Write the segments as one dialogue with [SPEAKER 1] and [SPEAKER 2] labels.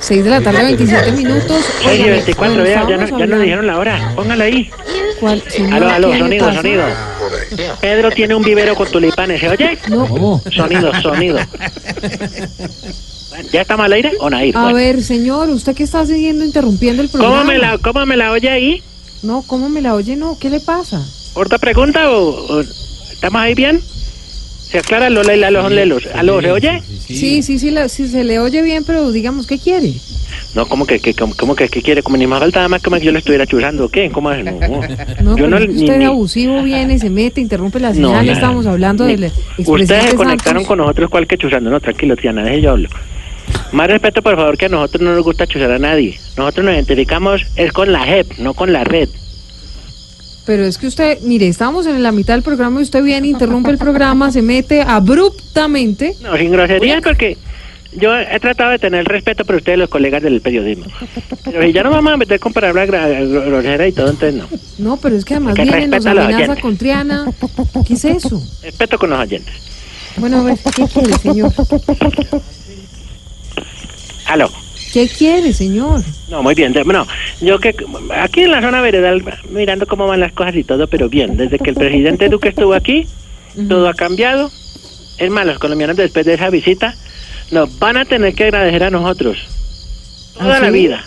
[SPEAKER 1] 6 de la tarde, 27 minutos.
[SPEAKER 2] Oye,
[SPEAKER 1] Óigame,
[SPEAKER 2] 24, vea, ya,
[SPEAKER 1] estábamos
[SPEAKER 2] no, ya nos
[SPEAKER 1] hablando-
[SPEAKER 2] dijeron la hora. Póngala ahí.
[SPEAKER 1] ¿Cuál?
[SPEAKER 2] Aló,
[SPEAKER 1] Señora,
[SPEAKER 2] aló,
[SPEAKER 1] ¿qué le
[SPEAKER 2] sonido,
[SPEAKER 1] pasa?
[SPEAKER 2] sonido. Pedro tiene un vivero con tulipanes, ¿se oye?
[SPEAKER 3] ¿Cómo?
[SPEAKER 2] Sonido, sonido. ¿Ya estamos al aire o Nair?
[SPEAKER 1] A
[SPEAKER 2] Bueno.
[SPEAKER 1] ver, señor, ¿usted qué está siguiendo interrumpiendo el programa?
[SPEAKER 2] ¿Cómo me, la, ¿Cómo me la oye ahí?
[SPEAKER 1] No, ¿cómo me la oye? No, ¿qué le pasa?
[SPEAKER 2] ¿Corta pregunta o, o- estamos ahí bien? ¿Se aclara los lelos? Los, lelos? ¿Aló, se oye?
[SPEAKER 1] Sí, sí, sí, la- sí, se le oye bien, pero digamos, ¿qué quiere?
[SPEAKER 2] No, ¿cómo que, que, cómo, cómo que, que quiere? Como ni más faltaba más como que yo le estuviera chuzando. ¿o ¿Qué? ¿Cómo es? No,
[SPEAKER 1] No,
[SPEAKER 2] yo
[SPEAKER 1] pero
[SPEAKER 2] no,
[SPEAKER 1] es que
[SPEAKER 2] ni-
[SPEAKER 1] usted
[SPEAKER 2] ni-
[SPEAKER 1] es abusivo, viene, se mete, interrumpe la
[SPEAKER 2] no,
[SPEAKER 1] señal,
[SPEAKER 2] nada.
[SPEAKER 1] estamos hablando
[SPEAKER 2] Ni-
[SPEAKER 1] del
[SPEAKER 2] Ustedes
[SPEAKER 1] expresidente
[SPEAKER 2] se conectaron
[SPEAKER 1] Santos.
[SPEAKER 2] con nosotros cual que chuzando. No, tranquilo, Tiana, deje yo hablo. Más respeto, por favor, que a nosotros no nos gusta chuzar a nadie. Nosotros nos identificamos es con la JEP, no con la red.
[SPEAKER 1] Pero es que usted, mire, estamos en la mitad del programa y usted viene, interrumpe el programa, se mete abruptamente.
[SPEAKER 2] No, sin groserías, porque yo he tratado de tener respeto por ustedes, los colegas del periodismo. Pero si ya no vamos a meter con palabras gra- groseras y todo, entonces no.
[SPEAKER 1] No, pero es que además
[SPEAKER 2] Que
[SPEAKER 1] viene, nos
[SPEAKER 2] respeta a los
[SPEAKER 1] amenaza
[SPEAKER 2] oyentes.
[SPEAKER 1] con Triana. ¿Qué es eso?
[SPEAKER 2] Respeto con los oyentes.
[SPEAKER 1] Bueno, a ver, ¿qué quiere, señor?
[SPEAKER 2] Aló.
[SPEAKER 1] ¿Qué quiere, señor?
[SPEAKER 2] No, muy bien. de- No, yo que aquí en la zona veredal, mirando cómo van las cosas y todo, pero bien, desde que el presidente Duque estuvo aquí, todo ha cambiado. Es más, los colombianos después de esa visita nos van a tener que agradecer a nosotros. Toda
[SPEAKER 1] ¿Ah,
[SPEAKER 2] la
[SPEAKER 1] sí?
[SPEAKER 2] vida.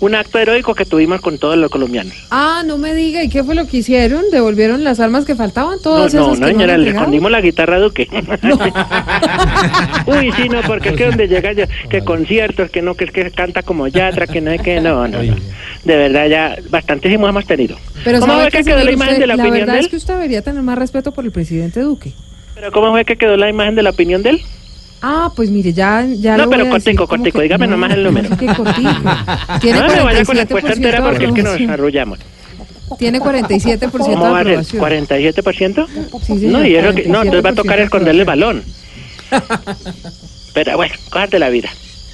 [SPEAKER 2] Un acto heroico que tuvimos con todos los colombianos.
[SPEAKER 1] Ah, no me diga, ¿y qué fue lo que hicieron? ¿Devolvieron las armas que faltaban? Todas
[SPEAKER 2] no, no,
[SPEAKER 1] esas
[SPEAKER 2] no,
[SPEAKER 1] que no
[SPEAKER 2] señora,
[SPEAKER 1] han
[SPEAKER 2] le
[SPEAKER 1] entregado?
[SPEAKER 2] escondimos la guitarra a Duque. Uy, sí, no, porque es que donde llega ya, que conciertos, que no, que es que canta como Yatra, que no es que, no, no, no. De verdad, ya bastantísimos hemos tenido.
[SPEAKER 1] Pero
[SPEAKER 2] ¿Cómo
[SPEAKER 1] ¿sabe
[SPEAKER 2] fue
[SPEAKER 1] qué,
[SPEAKER 2] que quedó la
[SPEAKER 1] señor?
[SPEAKER 2] imagen
[SPEAKER 1] Usted-
[SPEAKER 2] de la, opinión
[SPEAKER 1] verdad
[SPEAKER 2] de
[SPEAKER 1] es
[SPEAKER 2] él?
[SPEAKER 1] que usted debería tener más respeto por el presidente Duque.
[SPEAKER 2] ¿Pero cómo fue que quedó la imagen de la opinión de él?
[SPEAKER 1] Ah, pues mire, ya, ya
[SPEAKER 2] No,
[SPEAKER 1] le voy
[SPEAKER 2] pero
[SPEAKER 1] a decir
[SPEAKER 2] cortico,
[SPEAKER 1] como
[SPEAKER 2] cortico,
[SPEAKER 1] que-
[SPEAKER 2] dígame
[SPEAKER 1] no,
[SPEAKER 2] nomás el
[SPEAKER 1] no,
[SPEAKER 2] número.
[SPEAKER 1] qué cortico. Tiene
[SPEAKER 2] No Ah, me vaya con la
[SPEAKER 1] 47%
[SPEAKER 2] encuesta
[SPEAKER 1] de
[SPEAKER 2] entera porque es que nos
[SPEAKER 1] aprobación.
[SPEAKER 2] arrullamos.
[SPEAKER 1] Tiene 47%
[SPEAKER 2] ¿Cómo
[SPEAKER 1] de
[SPEAKER 2] va a ser?
[SPEAKER 1] aprobación.
[SPEAKER 2] ¿47%?
[SPEAKER 1] Sí, señor,
[SPEAKER 2] no, y eso que, no, entonces va a tocar
[SPEAKER 1] 47%
[SPEAKER 2] esconderle el balón. Pero bueno, cosas de la vida.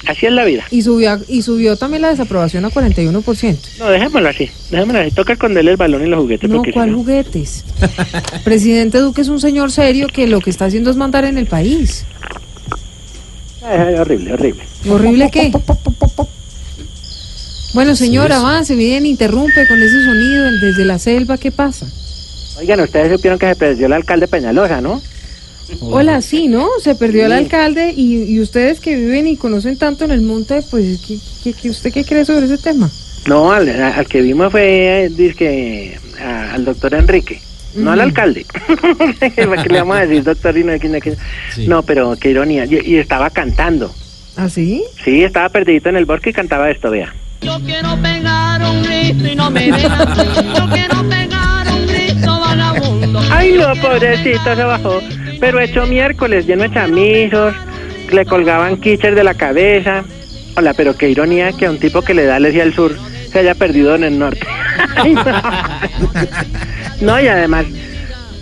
[SPEAKER 2] Así es la vida.
[SPEAKER 1] Y subió, a- y subió también la desaprobación a 41%.
[SPEAKER 2] No, dejémoslo así. Dejémoslo así. Toca esconderle el balón y los juguetes.
[SPEAKER 1] No,
[SPEAKER 2] porque si
[SPEAKER 1] ¿cuál
[SPEAKER 2] no-
[SPEAKER 1] juguetes? Presidente Duque es un señor serio que lo que está haciendo es mandar en el país.
[SPEAKER 2] Ay, ay, horrible, horrible.
[SPEAKER 1] ¿Horrible qué? Bueno, señor, avance, miren, interrumpe con ese sonido el desde la selva, ¿qué pasa?
[SPEAKER 2] Oigan, ustedes supieron que se perdió el alcalde Peñalosa, ¿no?
[SPEAKER 1] Hola, sí, ¿no? Se perdió el alcalde y, y ustedes que viven y conocen tanto en el monte, pues, ¿qué, qué- qué- usted qué cree sobre ese tema?
[SPEAKER 2] No, al, al que vimos fue, eh, dizque, a- al doctor Enrique. No al alcalde. ¿Para qué le vamos a decir doctor? y no, que- no, que-
[SPEAKER 3] Sí.
[SPEAKER 2] no, pero qué ironía. Y, y estaba cantando.
[SPEAKER 1] ¿Ah, sí?
[SPEAKER 2] Sí, estaba perdidito en el bosque y cantaba esto, vea.
[SPEAKER 4] Yo quiero pegar un grito y no me dejan. Yo quiero pegar un grito vagabundo.
[SPEAKER 2] Ay, no, pobrecito, se bajó. Pero hecho miércoles, lleno de chamizos, le colgaban quiches de la cabeza. Hola, pero qué ironía que a un tipo que le da hacia el sur se haya perdido en el norte. Ay, no. No, y además,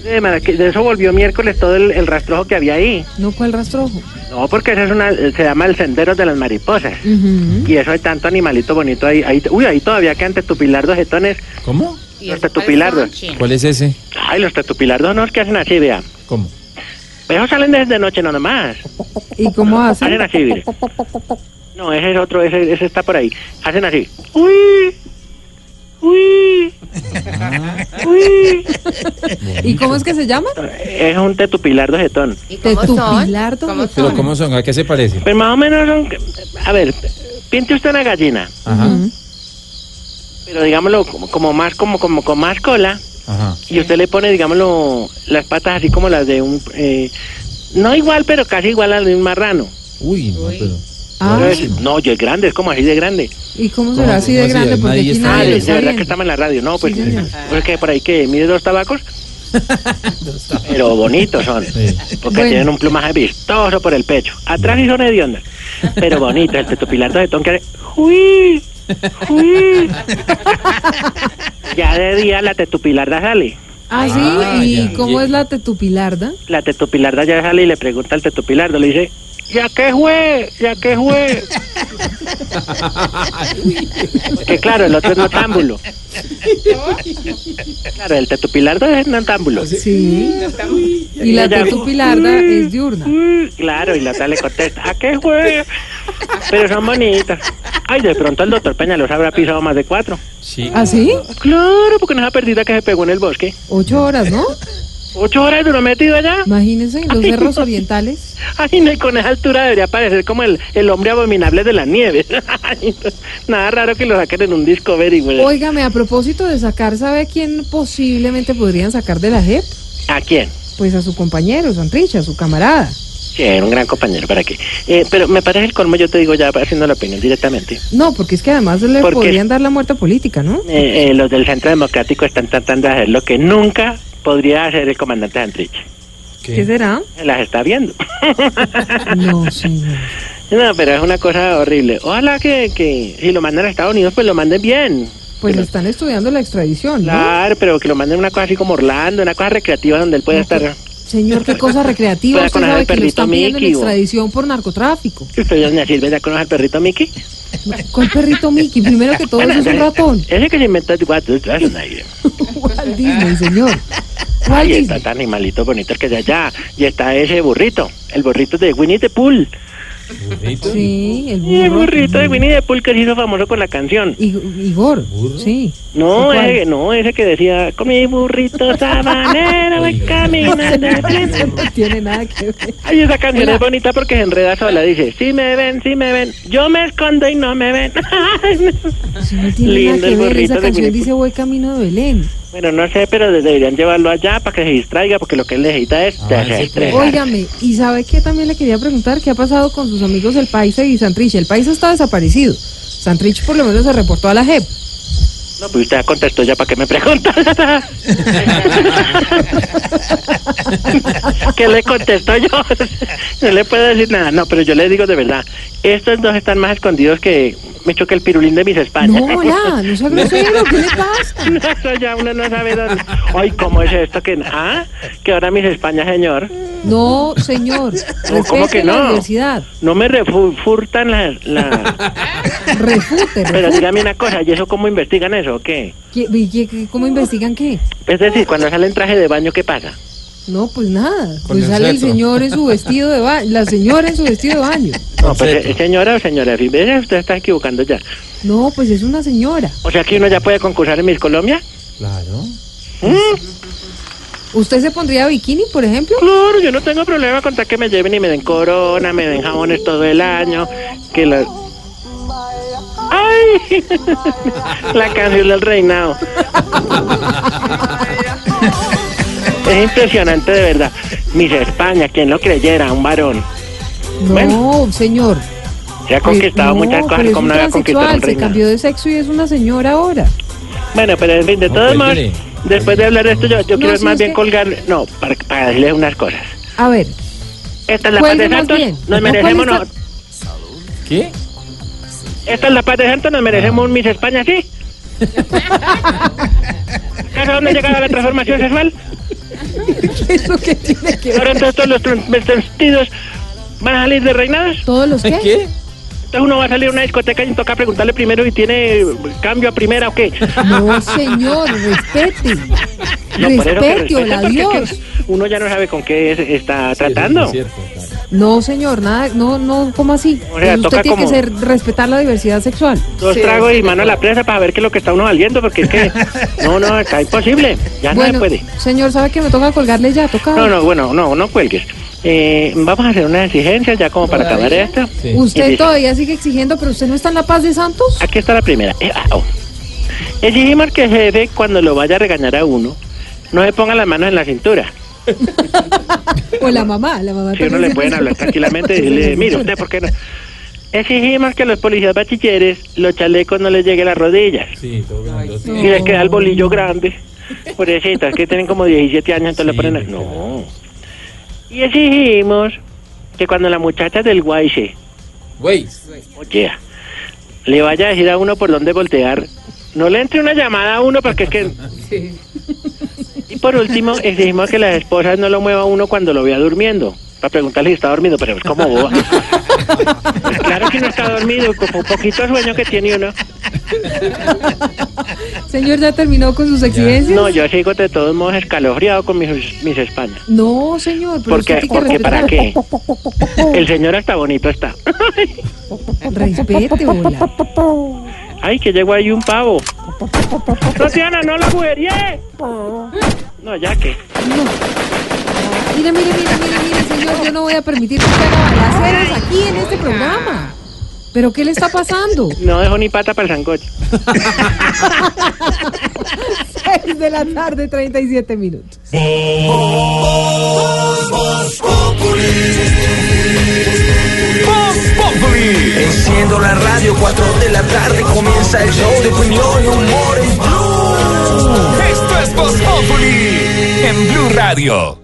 [SPEAKER 2] además que de eso volvió miércoles todo el, el rastrojo que había ahí.
[SPEAKER 1] No, ¿cuál rastrojo?
[SPEAKER 2] No, porque eso es una, se llama el sendero de las mariposas.
[SPEAKER 1] Ujú.
[SPEAKER 2] Y eso hay tanto animalito bonito ahí. ahí uy, ahí todavía quedan tetupilardos jetones.
[SPEAKER 3] ¿Cómo?
[SPEAKER 2] Los tetupilardos.
[SPEAKER 3] ¿Cuál es ese?
[SPEAKER 2] Ay, los tetupilardos no es que hacen así, vea.
[SPEAKER 3] ¿Cómo?
[SPEAKER 2] Ellos salen desde noche nada más.
[SPEAKER 1] ¿Y cómo hace?
[SPEAKER 2] Hacen así, mire. No, ese es otro, ese, ese está por ahí. Hacen así. Uy. Uy. Uy.
[SPEAKER 1] ¿Y cómo es que se llama?
[SPEAKER 2] Es un tetupilardo jetón.
[SPEAKER 5] ¿Y cómo son?
[SPEAKER 1] Tetupilardo
[SPEAKER 5] ¿Cómo
[SPEAKER 3] ¿Pero
[SPEAKER 5] son?
[SPEAKER 3] cómo son? ¿A qué se parece?
[SPEAKER 2] Pero más o menos son... A ver, pinte usted una gallina,
[SPEAKER 3] Ajá,
[SPEAKER 1] Ujú.
[SPEAKER 2] pero digámoslo como, como más como como con más cola
[SPEAKER 3] ajá.
[SPEAKER 2] y usted le pone, digámoslo, las patas así como las de un... eh, no igual, pero casi igual al de un marrano.
[SPEAKER 3] Uy, no,
[SPEAKER 5] Uy.
[SPEAKER 3] pero...
[SPEAKER 1] Ah,
[SPEAKER 2] Pero es- no, yo es grande, es como así de grande.
[SPEAKER 1] ¿Y cómo será así de
[SPEAKER 3] ¿Cómo así?
[SPEAKER 1] grande? Porque
[SPEAKER 3] Nadie
[SPEAKER 1] aquí
[SPEAKER 3] está
[SPEAKER 2] Ah,
[SPEAKER 1] nadie
[SPEAKER 3] viendo.
[SPEAKER 1] lo
[SPEAKER 2] de,
[SPEAKER 1] está
[SPEAKER 2] de verdad que
[SPEAKER 1] viendo.
[SPEAKER 2] estamos en la radio, ¿no? Pues,
[SPEAKER 1] Sí, señor.
[SPEAKER 2] pues que por ahí que mide dos tabacos. Pero bonitos son,
[SPEAKER 3] Sí.
[SPEAKER 2] porque
[SPEAKER 1] Bueno.
[SPEAKER 2] tienen un plumaje vistoso por el pecho. Atrás sí son hediondas, pero bonitos. El tetopilar de Tonka ¡Uy! ¡Uy! Ya de día la tetupilarda sale.
[SPEAKER 1] Ah, sí,
[SPEAKER 3] Ah,
[SPEAKER 1] ¿y
[SPEAKER 3] ya.
[SPEAKER 1] cómo es la tetupilarda?
[SPEAKER 2] La tetupilarda ya sale y le pregunta al tetopilardo, le dice, ¿ya qué fue? ¿Ya qué fue? Que claro, el otro es notámbulo. Claro, el tetupilardo es notámbulo.
[SPEAKER 1] Sí. Y la
[SPEAKER 2] Ya.
[SPEAKER 1] tetupilarda es diurna.
[SPEAKER 2] Mm, Claro, y la otra le contesta, ¿a qué juega? Pero son bonitas. Ay, de pronto el doctor Peña los habrá pisado más de cuatro.
[SPEAKER 3] Sí.
[SPEAKER 1] ¿Ah, sí?
[SPEAKER 2] Claro, porque no es la perdida que se pegó en el bosque.
[SPEAKER 1] Ocho horas, ¿no?
[SPEAKER 2] ¿Ocho horas duró metido allá?
[SPEAKER 1] Imagínense, en los cerros orientales.
[SPEAKER 2] Ay, no, y con esa altura debería parecer como el, el hombre abominable de las nieves. Ay, no, Nada raro que lo saquen en un Discovery, güey.
[SPEAKER 1] Óigame, a propósito de sacar, ¿sabe a quién posiblemente podrían sacar de la JEP?
[SPEAKER 2] ¿A quién?
[SPEAKER 1] Pues a su compañero, Santrich, a su camarada.
[SPEAKER 2] Sí, era un gran compañero, ¿para qué? Eh, pero me parece el colmo, yo te digo ya, haciendo la opinión directamente.
[SPEAKER 1] No, porque es que además le
[SPEAKER 2] ¿Por qué?
[SPEAKER 1] podrían dar la muerte política, ¿no?
[SPEAKER 2] Eh, eh, los del Centro Democrático están tratando de hacer lo que nunca podría hacer el comandante Andrich.
[SPEAKER 1] ¿Qué será? Pues
[SPEAKER 2] Se las está viendo.
[SPEAKER 1] No, señor.
[SPEAKER 2] no, pero es una cosa horrible. Ojalá que, que si lo mandan a Estados Unidos, pues lo manden bien.
[SPEAKER 1] Pues están estudiando la extradición, ¿no?
[SPEAKER 2] Claro, pero que lo manden a una cosa así como Orlando, una cosa recreativa donde él pueda estar.
[SPEAKER 1] Señor, qué cosa recreativa.
[SPEAKER 2] Fuera
[SPEAKER 1] Usted
[SPEAKER 2] con el
[SPEAKER 1] sabe que lo
[SPEAKER 2] perrito
[SPEAKER 1] están pidiendo en
[SPEAKER 2] Mickey, vos.
[SPEAKER 1] extradición por narcotráfico.
[SPEAKER 2] ¿Ustedes, doña Silvia, ya conocen al perrito Mickey?
[SPEAKER 1] ¿Cuál perrito Mickey? Primero que todo,
[SPEAKER 2] Bueno,
[SPEAKER 1] eso es un
[SPEAKER 2] ese-
[SPEAKER 1] ratón.
[SPEAKER 2] Ese que se inventó el What is that, nadie.
[SPEAKER 1] Walt Disney, señor. Walt
[SPEAKER 2] Ay, está
[SPEAKER 1] Disney.
[SPEAKER 2] tan animalito bonito el que de allá. Y está ese burrito, el burrito de Winnie the Pooh.
[SPEAKER 3] Burrito.
[SPEAKER 1] Sí, el
[SPEAKER 2] Y el
[SPEAKER 1] burro.
[SPEAKER 2] burrito de Winnie the Pooh que se hizo famoso con la canción.
[SPEAKER 1] Ig- Igor,
[SPEAKER 3] ¿Burro?
[SPEAKER 1] sí.
[SPEAKER 2] No,
[SPEAKER 1] ¿Y cuál?
[SPEAKER 2] ese, no, ese que decía, con mi burrito sabanero voy caminando.
[SPEAKER 1] Eso no tiene nada que ver.
[SPEAKER 2] Ay, esa canción es bonita porque se enreda sola. Dice, si me ven, si me ven, yo me escondo y no me ven.
[SPEAKER 1] Eso no tiene
[SPEAKER 2] Lindo
[SPEAKER 1] nada que
[SPEAKER 2] el
[SPEAKER 1] ver.
[SPEAKER 2] burrito
[SPEAKER 1] Esa
[SPEAKER 2] de
[SPEAKER 1] canción
[SPEAKER 2] Winnie
[SPEAKER 1] dice Voy camino de Belén.
[SPEAKER 2] bueno, no sé, pero deberían llevarlo allá para que se distraiga porque lo que él necesita es
[SPEAKER 3] Ah,
[SPEAKER 2] desestresarse.
[SPEAKER 1] Óigame, ¿y sabe qué también le quería preguntar? ¿Qué ha pasado con sus amigos el Paisa y Santrich? El Paisa está desaparecido. Santrich por lo menos se reportó a la E JEP.
[SPEAKER 2] No, pues usted ya contestó ya para qué me pregunta. ¿Qué le contesto yo? No le puedo decir nada. No, pero yo le digo de verdad, estos dos están más escondidos que me choca el pirulín de mis Españas.
[SPEAKER 1] No, hola, no sea grosero, ¿qué le pasa?
[SPEAKER 2] No, eso ya uno no sabe dónde. Ay, ¿cómo es esto que ah? Que ahora mis España, señor.
[SPEAKER 1] No, señor,
[SPEAKER 2] No, ¿cómo que
[SPEAKER 1] respete la
[SPEAKER 2] no?
[SPEAKER 1] diversidad.
[SPEAKER 2] No me refurtan las la
[SPEAKER 1] Refute,
[SPEAKER 2] Pero
[SPEAKER 1] refute.
[SPEAKER 2] dígame una cosa, ¿y eso cómo investigan eso o qué?
[SPEAKER 1] ¿Qué- y qué- ¿Cómo investigan qué?
[SPEAKER 2] Es decir, cuando salen traje de baño, ¿qué pasa?
[SPEAKER 1] No, pues nada.
[SPEAKER 3] Con
[SPEAKER 1] Pues
[SPEAKER 3] el
[SPEAKER 1] sale el
[SPEAKER 3] cetro.
[SPEAKER 1] señor en su vestido de baño, la señora en su vestido de baño.
[SPEAKER 2] No, pues, eh, señora o señora, si ve, usted está equivocando ya.
[SPEAKER 1] No, pues es una señora.
[SPEAKER 2] O sea que uno ya puede concursar en Miss Colombia.
[SPEAKER 3] Claro.
[SPEAKER 2] Mm,
[SPEAKER 1] ¿Usted se pondría bikini, por ejemplo?
[SPEAKER 2] claro, yo no tengo problema con tal que me lleven y me den corona, me den jabones todo el año, que la... ¡Ay! la canción del reinado. Es impresionante de verdad. Miss España, quien lo creyera, un varón.
[SPEAKER 1] No,
[SPEAKER 2] Bueno.
[SPEAKER 1] señor.
[SPEAKER 2] Se ha conquistado
[SPEAKER 1] Pues, no,
[SPEAKER 2] muchas
[SPEAKER 1] pero
[SPEAKER 2] cosas
[SPEAKER 1] es
[SPEAKER 2] como
[SPEAKER 1] un
[SPEAKER 2] no había
[SPEAKER 1] transexual,
[SPEAKER 2] conquistado un
[SPEAKER 1] se
[SPEAKER 2] reinado.
[SPEAKER 1] cambió de sexo y es una señora ahora.
[SPEAKER 2] Bueno, pero en fin, de
[SPEAKER 3] No,
[SPEAKER 2] todos
[SPEAKER 3] pues,
[SPEAKER 2] modos,
[SPEAKER 3] mire.
[SPEAKER 2] después de hablar de esto, yo, yo
[SPEAKER 1] No,
[SPEAKER 2] quiero
[SPEAKER 1] sí,
[SPEAKER 2] más
[SPEAKER 1] es
[SPEAKER 2] bien
[SPEAKER 1] que-
[SPEAKER 2] colgar. No, para, para decirles unas cosas.
[SPEAKER 1] A ver,
[SPEAKER 2] Esta es la paz
[SPEAKER 1] cuelgue
[SPEAKER 2] de
[SPEAKER 1] más
[SPEAKER 2] Santos.
[SPEAKER 1] bien. No,
[SPEAKER 2] Nos
[SPEAKER 1] ¿cuál
[SPEAKER 2] merecemos.
[SPEAKER 1] es la-
[SPEAKER 2] no-
[SPEAKER 3] ¿Qué?
[SPEAKER 2] Esta es la paz de Santos. Nos merecemos un Miss España, ¿sí? ¿Acaso dónde ha llegado la transformación sexual?
[SPEAKER 1] ¿eso qué tiene que ver?
[SPEAKER 2] Ahora entonces todos los transvestidos van a salir de reinados.
[SPEAKER 1] ¿Todos los qué?
[SPEAKER 3] ¿Qué?
[SPEAKER 2] Entonces uno va a salir a una discoteca y toca preguntarle primero si tiene eh, cambio a primera o qué.
[SPEAKER 1] No, señor, respete.
[SPEAKER 2] No, por eso que
[SPEAKER 1] respete,
[SPEAKER 2] respete,
[SPEAKER 1] hola
[SPEAKER 2] porque es que
[SPEAKER 1] Dios.
[SPEAKER 2] Uno ya no sabe con qué se está tratando.
[SPEAKER 3] Sí, eso es cierto, claro.
[SPEAKER 1] No, señor, nada, no, no, ¿cómo así?
[SPEAKER 2] O sea,
[SPEAKER 1] Usted
[SPEAKER 2] toca
[SPEAKER 1] tiene que
[SPEAKER 2] como-
[SPEAKER 1] ser, respetar la diversidad sexual.
[SPEAKER 2] Dos tragos y mano a la presa para ver qué es lo que está uno valiendo, porque es que no, no, está imposible, ya Ah, no
[SPEAKER 1] bueno,
[SPEAKER 2] se puede.
[SPEAKER 1] señor, ¿sabe que me toca colgarle ya? Toca.
[SPEAKER 2] No, no, bueno, no, no cuelgues. Eh, vamos a hacer unas exigencias ya como para acabar esto.
[SPEAKER 3] Sí.
[SPEAKER 1] Usted
[SPEAKER 2] Dice-
[SPEAKER 1] todavía sigue exigiendo, pero usted no está en la paz de Santos.
[SPEAKER 2] Aquí está la primera. Eh, ah, oh. Exigimos que el jefe cuando lo vaya a regañar a uno, no se ponga las manos en la cintura.
[SPEAKER 1] O la mamá, la mamá.
[SPEAKER 2] Si uno
[SPEAKER 1] también
[SPEAKER 2] le
[SPEAKER 1] se
[SPEAKER 2] pueden
[SPEAKER 1] puso-
[SPEAKER 2] hablar tranquilamente y decirle, mire usted, ¿por qué no? Exigimos que los policías bachilleres, los chalecos no les llegue a las rodillas.
[SPEAKER 3] Sí, todo grandote.
[SPEAKER 1] No.
[SPEAKER 2] Y les queda el bolillo grande. Pobrecitas, que tienen como 17 años, entonces
[SPEAKER 3] Sí,
[SPEAKER 2] le
[SPEAKER 3] me
[SPEAKER 2] ponen. No. Y exigimos que cuando la muchacha del guayche,
[SPEAKER 3] Güey.
[SPEAKER 2] oye, le vaya a decir a uno por dónde voltear, no le entre una llamada a uno porque es que. Y por último, exigimos que las esposas no lo mueva a uno cuando lo vea durmiendo. Para preguntarle si está dormido, pero es como boba. Pues claro que no está dormido, como poquito sueño que tiene uno.
[SPEAKER 1] Señor, ¿ya terminó con sus exigencias?
[SPEAKER 2] No, yo sigo de todos modos escalofriado con mis, mis espaldas.
[SPEAKER 1] No, señor, pero
[SPEAKER 2] Porque,
[SPEAKER 1] usted tiene
[SPEAKER 2] porque
[SPEAKER 1] que
[SPEAKER 2] para
[SPEAKER 1] respetar.
[SPEAKER 2] qué. El señor hasta bonito está.
[SPEAKER 1] Respete, hola.
[SPEAKER 2] Ay, que llegó ahí un pavo. Tatiana, no la mujería.
[SPEAKER 1] Oh.
[SPEAKER 2] No, ya que.
[SPEAKER 1] No. Mire, mire, mire, mire, mire, señor, yo no voy a permitir que usted haga balaceras aquí en este programa. ¿Pero qué le está pasando?
[SPEAKER 2] No dejó ni pata para el sancocho.
[SPEAKER 1] 6 de la tarde, 37 minutos.
[SPEAKER 5] Enciendo la radio, 4 de la tarde comienza el show de opinión y humor en Blue.
[SPEAKER 6] Esto es Voz Populi en Blue Radio.